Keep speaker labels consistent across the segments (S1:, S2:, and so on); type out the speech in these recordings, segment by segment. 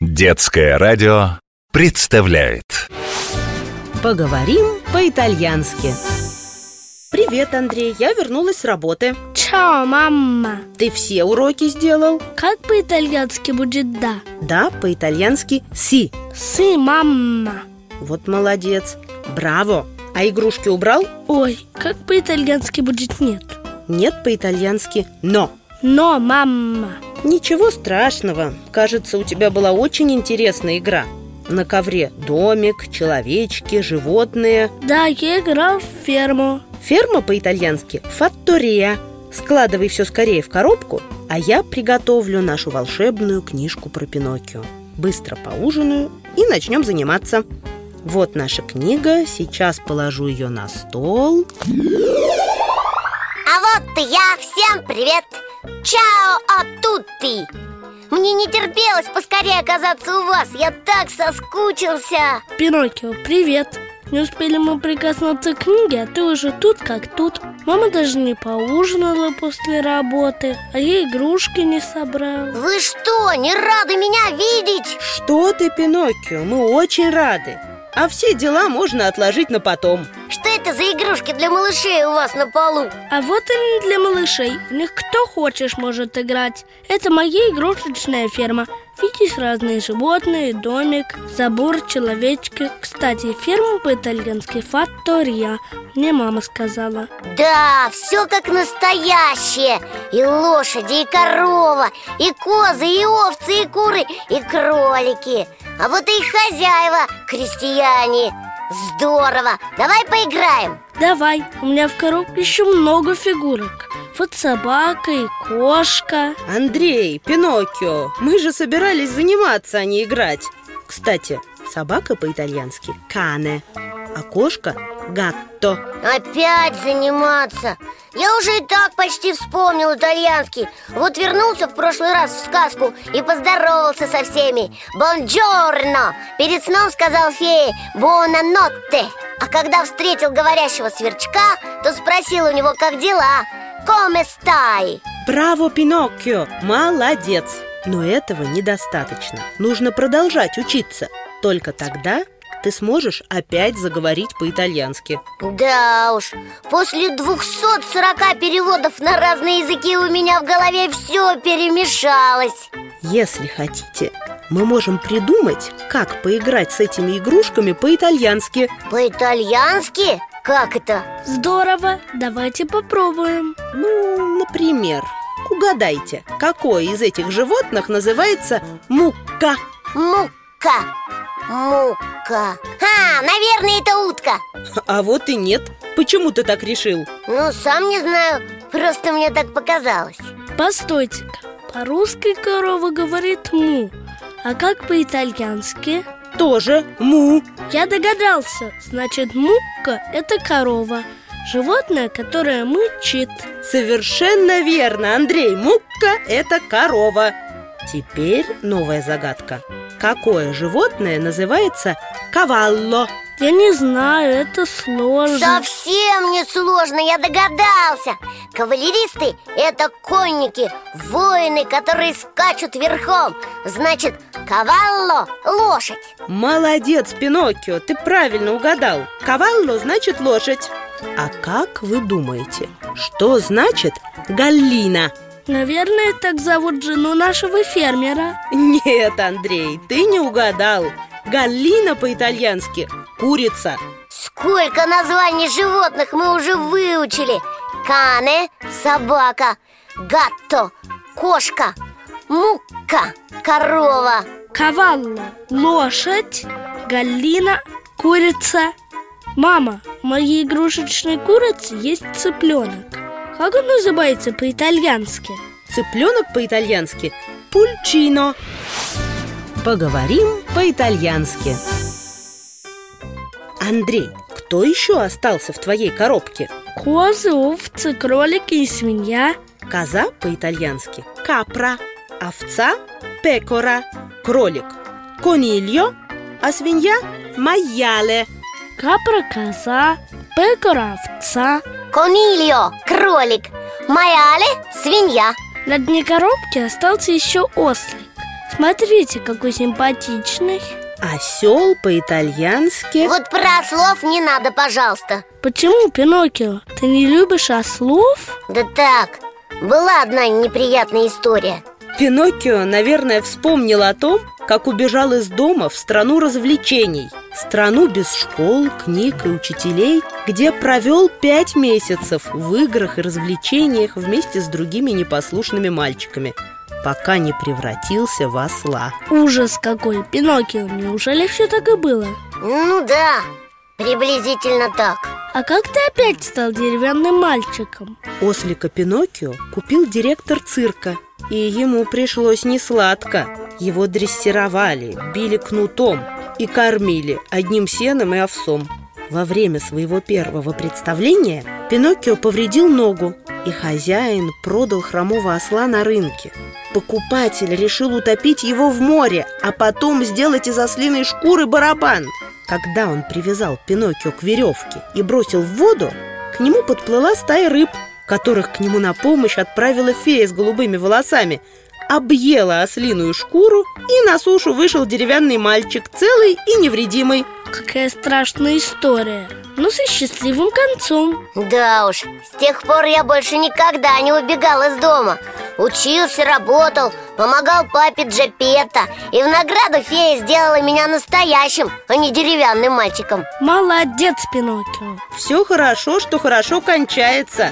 S1: Детское радио представляет
S2: Поговорим по-итальянски. Привет, Андрей, я вернулась с работы.
S3: Чао, мама!
S2: Ты все уроки сделал?
S3: Как по-итальянски будет «да»?
S2: Да, по-итальянски «си».
S3: Сы, мама!
S2: Вот молодец, браво! А игрушки убрал?
S3: Ой, как по-итальянски будет «нет»?
S2: Нет по-итальянски «но».
S3: Но, мама!
S2: Ничего страшного. Кажется, у тебя была очень интересная игра. На ковре домик, человечки, животные.
S3: Да, я играл в ферму.
S2: Ферма по-итальянски «фаттория». Складывай все скорее в коробку, а я приготовлю нашу волшебную книжку про Пиноккио. Быстро поужинаю и начнем заниматься. Вот наша книга, сейчас положу ее на стол.
S4: А вот и я, всем привет! Чао, а тут ты! Мне не терпелось поскорее оказаться у вас, я так соскучился!
S3: Пиноккио, привет! Не успели мы прикоснуться к книге, а ты уже тут как тут. Мама даже не поужинала после работы, а я игрушки не собрала.
S4: Вы что, не рады меня видеть?
S2: Что ты, Пиноккио, мы очень рады. А все дела можно отложить на потом.
S4: Что это за игрушки для малышей у вас на полу?
S3: А вот они для малышей. В них кто хочешь может играть. Это моя игрушечная ферма. Видишь разные животные, домик, забор, человечки. Кстати, ферма по-итальянски «фаттория». Мне мама сказала.
S4: Да, все как настоящее И лошади, и корова, и козы, и овцы, и куры, и кролики А вот и их хозяева, крестьяне Здорово, давай поиграем
S3: Давай, у меня в коробке еще много фигурок. Вот собака и кошка.
S2: Андрей, Пиноккио, мы же собирались заниматься, а не играть. Кстати, собака по-итальянски «кане», а кошка «гатто».
S4: Опять заниматься Я уже и так почти вспомнил итальянский Вот вернулся в прошлый раз в сказку И поздоровался со всеми Бонджорно Перед сном сказал фее Бонанотте А когда встретил говорящего сверчка То спросил у него, как дела Коме стай
S2: Браво, Пиноккио, молодец! Но этого недостаточно. Нужно продолжать учиться. Только тогда ты сможешь опять заговорить по-итальянски.
S4: Да уж, после 240 переводов на разные языки у меня в голове все перемешалось
S2: Если хотите, мы можем придумать, как поиграть с этими игрушками по-итальянски.
S4: По-итальянски? Как это?
S3: Здорово, давайте попробуем.
S2: Ну, например, угадайте, какое из этих животных называется мукка?
S4: Мукка Мукка Ха, наверное, это утка
S2: А вот и нет. Почему ты так решил?
S4: Ну, сам не знаю, просто мне так показалось
S3: Постойте-ка, по-русски корова говорит «му», а как по-итальянски?
S2: Тоже му.
S3: Я догадался, значит мукка – это корова, животное, которое мычит.
S2: Совершенно верно, Андрей. Мукка – это корова. Теперь новая загадка. Какое животное называется кавалло?
S3: Я не знаю, это сложно.
S4: Совсем не сложно, я догадался Кавалеристы – это конники, воины, которые скачут верхом Значит, кавалло – лошадь
S2: Молодец, Пиноккио, ты правильно угадал. Кавалло значит лошадь. А как вы думаете, что значит галлина?
S3: Наверное, так зовут жену нашего фермера.
S2: Нет, Андрей, ты не угадал. Галлина по-итальянски – курица.
S4: Сколько названий животных мы уже выучили Кане – собака Гатто – кошка Мукка – корова
S3: Кавалла – лошадь, галина – курица. Мама, у моей игрушечной курицы есть цыпленок. Как он называется по-итальянски?
S2: Цыпленок по-итальянски – пульчино. Поговорим по-итальянски. Андрей, кто еще остался в твоей коробке?
S3: Козы, овцы, кролики и свинья.
S2: Коза по-итальянски – капра, овца – пекора, кролик – конильо, а свинья – майяле.
S3: Капра – коза, пекора – овца.
S4: Конильо – кролик Майале – свинья
S3: На дне коробки остался еще ослик. Смотрите, какой симпатичный.
S2: Осел по-итальянски
S4: Вот про слов не надо, пожалуйста
S3: Почему, Пиноккио, ты не любишь ослов?
S4: Да так, была одна неприятная история
S2: Пиноккио, наверное, вспомнил о том, как убежал из дома в страну развлечений Страну без школ, книг и учителей Где провел пять месяцев в играх и развлечениях Вместе с другими непослушными мальчиками Пока не превратился в осла
S3: Ужас какой, Пиноккио, неужели все так и было?
S4: Ну да, приблизительно так
S3: А как ты опять стал деревянным мальчиком?
S2: Ослика Пиноккио купил директор цирка И ему пришлось несладко Его дрессировали, били кнутом и кормили одним сеном и овсом Во время своего первого представления Пиноккио повредил ногу И хозяин продал хромого осла на рынке Покупатель решил утопить его в море А потом сделать из ослиной шкуры барабан Когда он привязал Пиноккио к веревке и бросил в воду К нему подплыла стая рыб Которых к нему на помощь отправила фея с голубыми волосами Объела ослиную шкуру И на сушу вышел деревянный мальчик Целый и невредимый
S3: Какая страшная история Но со счастливым концом
S4: Да уж, с тех пор я больше никогда не убегал из дома Учился, работал, помогал папе Джапета И в награду фея сделала меня настоящим, а не деревянным мальчиком
S3: Молодец, Пиноккио
S2: Все хорошо, что хорошо кончается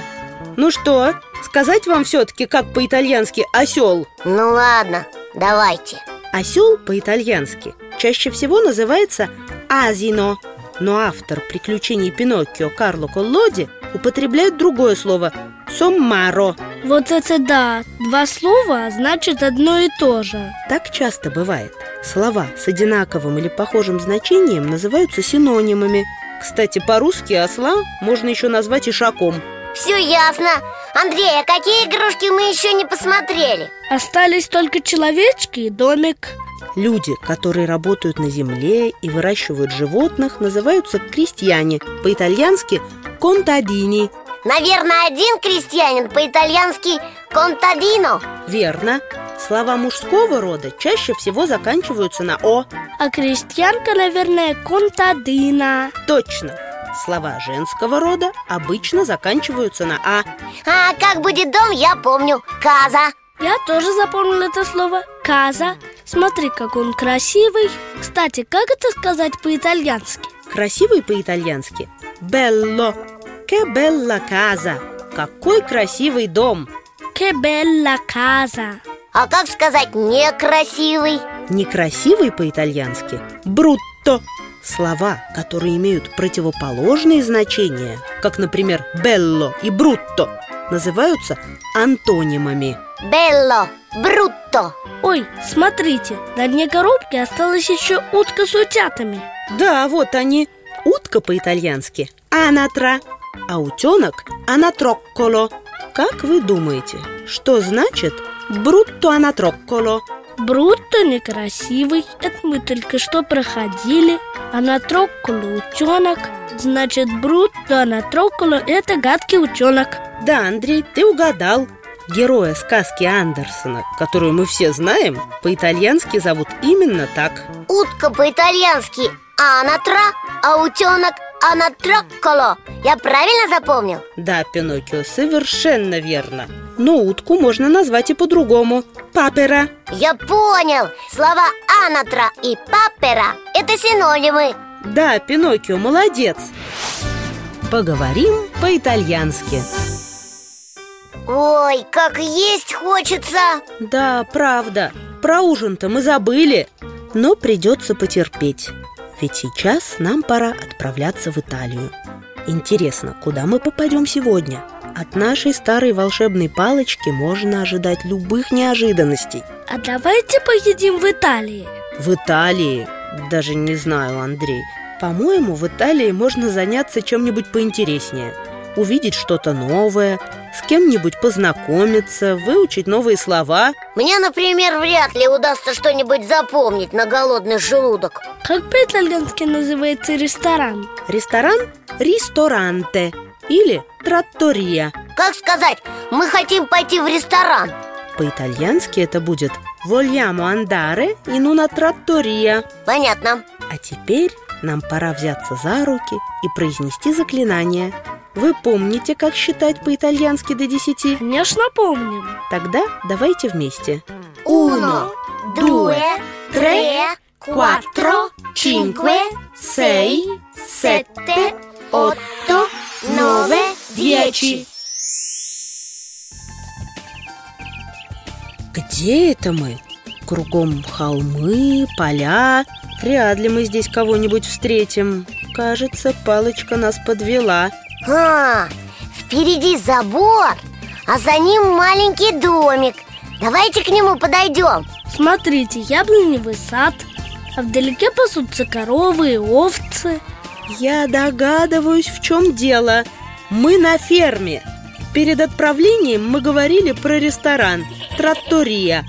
S2: Ну что, сказать вам все-таки, как по-итальянски «осел»?
S4: Ну ладно, давайте
S2: Осел по-итальянски чаще всего называется «азино», но автор «Приключений Пиноккио» Карло Коллоди употребляет другое слово «соммаро».
S3: Вот это да, два слова значит одно и то же
S2: Так часто бывает. Слова с одинаковым или похожим значением называются синонимами. Кстати, по-русски осла можно еще назвать ишаком.
S4: Все ясно Андрей, а какие игрушки мы еще не посмотрели?
S3: Остались только человечки и домик
S2: Люди, которые работают на земле и выращивают животных, называются крестьяне, по-итальянски «контадини».
S4: Наверное, один крестьянин по-итальянски «контадино»
S2: Верно. Слова мужского рода чаще всего заканчиваются на «о».
S3: А крестьянка, наверное, контадина
S2: Точно. Слова женского рода обычно заканчиваются на «а».
S4: А как будет дом, я помню «каза»
S3: Я тоже запомнил это слово «каза» Смотри, как он красивый Кстати, как это сказать по-итальянски?
S2: Красивый по-итальянски «белло». «Ке белла каза» Какой красивый дом!
S3: Che bella casa
S4: А как сказать «некрасивый»?
S2: Некрасивый по-итальянски «брутто». Слова, которые имеют противоположные значения, как, например, «белло» и «брутто», называются антонимами.
S4: «Белло», «брутто»
S3: Ой, смотрите, на дне коробки осталась еще утка с утятами
S2: Да, вот они. Утка по-итальянски «анатра», а утенок «анатрокколо». Как вы думаете, что значит «брутто анатрокколо»?
S3: Брутто некрасивый, это мы только что проходили А на трокколу утенок Значит, Брутто на трокколу это гадкий утенок
S2: Да, Андрей, ты угадал. Героя сказки Андерсона, которую мы все знаем, по-итальянски зовут именно так.
S4: Утка по-итальянски «анатра», а утенок «анатрокколо» Я правильно запомнил?
S2: Да, Пиноккио, совершенно верно. Но утку можно назвать и по-другому. Папера.
S4: Я понял! Слова «анатра» и «папера» — это синонимы
S2: Да, Пиноккио, молодец. Поговорим по-итальянски.
S4: Ой, как есть хочется!
S2: Да, правда. Про ужин-то мы забыли. Но придется потерпеть. Ведь сейчас нам пора отправляться в Италию. Интересно, куда мы попадем сегодня? От нашей старой волшебной палочки можно ожидать любых неожиданностей.
S3: А давайте поедим в Италии
S2: В Италии? Даже не знаю, Андрей. По-моему, в Италии можно заняться чем-нибудь поинтереснее. Увидеть что-то новое, с кем-нибудь познакомиться, выучить новые слова.
S4: Мне, например, вряд ли удастся что-нибудь запомнить на голодный желудок
S3: Как по-итальянски называется ресторан?
S2: Ресторан «Ресторанте» или «Траттория».
S4: Как сказать «мы хотим пойти в ресторан»?
S2: По-итальянски это будет «Vogliamo andare in una trattoria»
S4: Понятно
S2: А теперь нам пора взяться за руки и произнести заклинание Вы помните, как считать по-итальянски до десяти?
S3: Конечно, помним.
S2: Тогда давайте вместе
S4: Uno,
S2: due,
S4: tre,
S2: quattro, cinque, sei,
S4: sette, otto, nove, dieci
S2: Где это мы? Кругом холмы, поля Вряд ли мы здесь кого-нибудь встретим Кажется, палочка нас подвела
S4: А, впереди забор, а за ним маленький домик Давайте к нему подойдем
S3: Смотрите, яблоневый сад, а вдалеке пасутся коровы и овцы.
S2: Я догадываюсь, в чем дело. Мы на ферме. Перед отправлением мы говорили про ресторан «Траттория».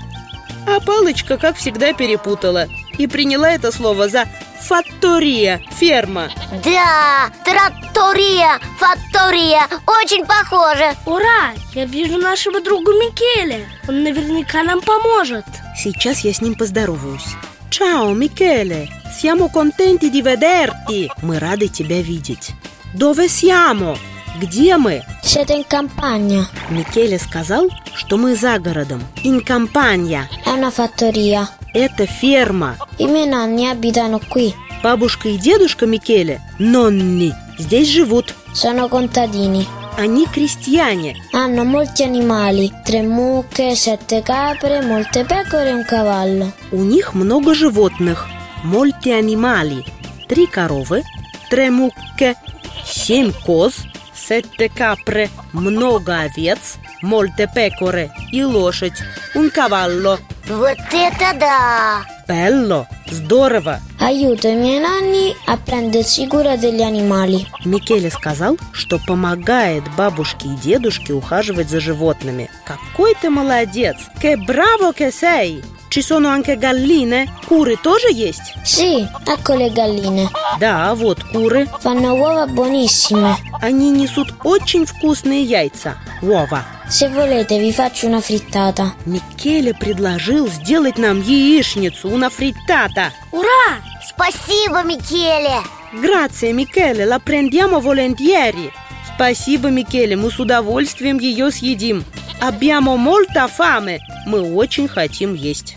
S2: А палочка, как всегда, перепутала и приняла это слово за «фаттория» – ферма.
S4: Да, траттория, фаттория, очень похоже
S3: Ура! Я вижу нашего друга Микеле. Он наверняка нам поможет.
S2: Сейчас я с ним поздороваюсь. Чао, Микеле. Siamo contenti di vederti. Мы рады тебя видеть. Dove siamo? Где мы?
S5: Siete in campagna,
S2: Микеле сказал, что мы за городом. In campagna.
S5: è una fattoria.
S2: Это ферма.
S5: I miei nonni abitano qui,
S2: Бабушка и дедушка Микеле, Нонни, здесь живут.
S5: sono contadini.
S2: Они крестьяне.
S5: Hanno molti animali, tre mucche, sette capre, molte pecore e un cavallo.
S2: У них много животных. Мольтианимали. Три коровы, тремукке, семь коз, сетте капре, много овец, мольте пекоре и лошадь. Ункавалло.
S4: Вот это да!
S2: Белло. Здорово.
S5: Aiuto i miei nonni a prendersi cura degli animali.
S2: Микеле сказал, что помогает бабушке и дедушке ухаживать за животными. Какой ты молодец! Ке браво, ке сей! Ci sono anche galline. Куры тоже есть?
S5: Sì, ecco le galline.
S2: Да, вот куры.
S5: Fanno uova buonissime.
S2: Они несут очень вкусные яйца. Вова.
S5: Se volete vi faccio una frittata.
S2: Микеле предложил сделать нам яичницу у нафритата.
S3: Ура!
S4: Спасибо, Микеле!
S2: Грация, Микеле, la prendiamo volentieri. Спасибо, Микеле, мы с удовольствием ее съедим. Abbiamo molta fame. Мы очень хотим есть.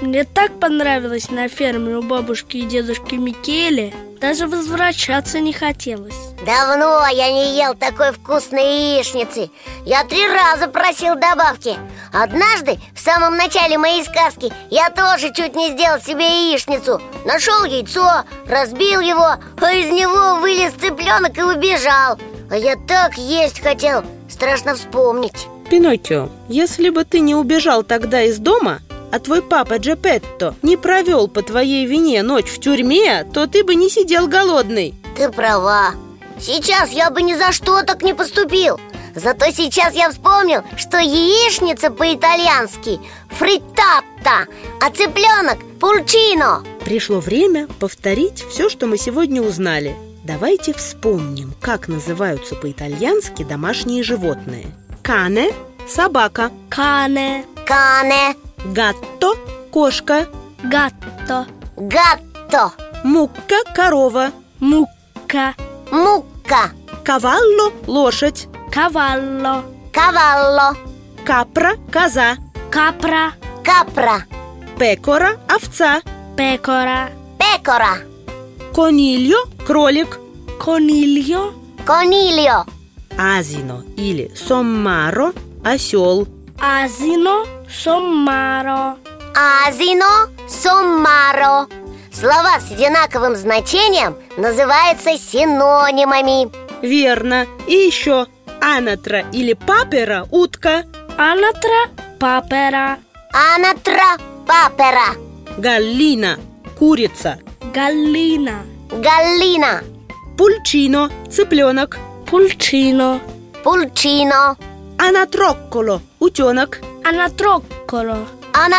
S3: Мне так понравилось на ферме у бабушки и дедушки Микеле. Даже возвращаться не хотелось.
S4: Давно я не ел такой вкусной яичницы Я три раза просил добавки Однажды, в самом начале моей сказки Я тоже чуть не сделал себе яичницу Нашел яйцо, разбил его А из него вылез цыпленок и убежал А я так есть хотел Страшно вспомнить
S2: Пиноккио, если бы ты не убежал тогда из дома, а твой папа Джепетто не провел по твоей вине ночь в тюрьме, то ты бы не сидел голодный.
S4: Ты права Сейчас я бы ни за что так не поступил Зато сейчас я вспомнил, что яичница по-итальянски фриттата, а цыпленок пульчино.
S2: Пришло время повторить все, что мы сегодня узнали. Давайте вспомним, как называются по-итальянски домашние животные. Кане – собака,
S3: Кане,
S4: Кане,
S2: гатто – кошка,
S3: гатто,
S4: гатто,
S2: мукка – корова,
S3: мукка,
S4: мукка,
S2: кавалло – лошадь,
S3: кавалло,
S4: кавалло,
S2: капра – коза,
S3: капра,
S4: капра,
S2: пекора – овца,
S3: пекора,
S4: пекора,
S2: конильо – кролик,
S3: конильо,
S4: конильо,
S2: Азино или Соммаро – осел
S3: азино, соммаро.
S4: азино, соммаро. Слова с одинаковым значением называются синонимами.
S2: Верно, и еще Анатра или Папера – утка
S3: Анатра, папера,
S4: Анатра папера,
S2: Галлина – курица
S3: галлина,
S4: галлина,
S2: Пульчино – цыпленок
S3: пульчино,
S4: пульчино,
S2: Анатрокколо – утенок
S3: анатрокколо,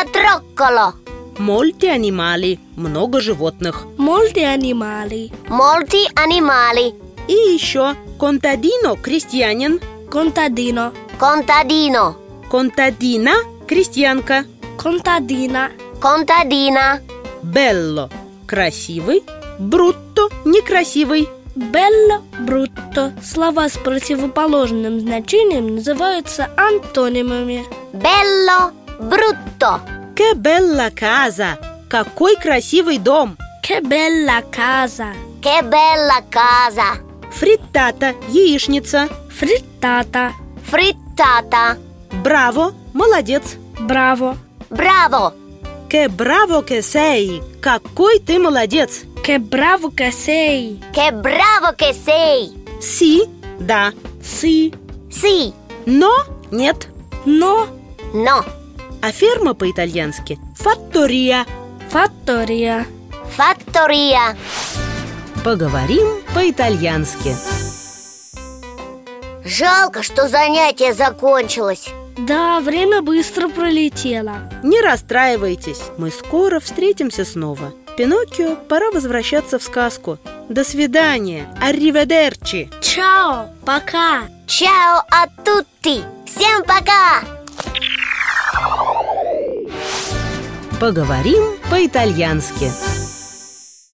S4: анатрокколо,
S2: Мольти анимали – много животных
S3: молди анимали,
S4: мольти анимали,
S2: И еще Контадино – крестьянин
S3: Contadino
S4: Контадино
S2: Контадина – крестьянка
S3: Contadina
S4: Контадина
S2: Белло – красивый Брутто – некрасивый
S3: Белло брутто Слова с противоположным значением называются антонимами
S4: Белло Брутто
S2: Ке белла каза – какой красивый дом
S3: Che bella casa
S4: Che bella casa
S2: Фриттата – яичница
S3: Frittata
S4: Фриттата
S2: Браво – молодец
S3: Браво
S4: Браво
S2: Ке браво ке сей – какой ты молодец
S3: Che bravo che sei
S4: Che bravo che sei
S2: Си – да
S3: Си
S4: Си
S2: Но – нет
S3: Но
S4: Но
S2: А ферма по-итальянски – фаттория
S3: Фаттория
S4: Фаттория
S2: Поговорим по-итальянски
S4: Жалко, что занятие закончилось
S3: Да, время быстро пролетело
S2: Не расстраивайтесь, мы скоро встретимся снова. Пиноккио, пора возвращаться в сказку. До свидания, арриведерчи!
S3: Чао, пока
S4: Чао а тутти Всем пока!
S2: Поговорим по-итальянски.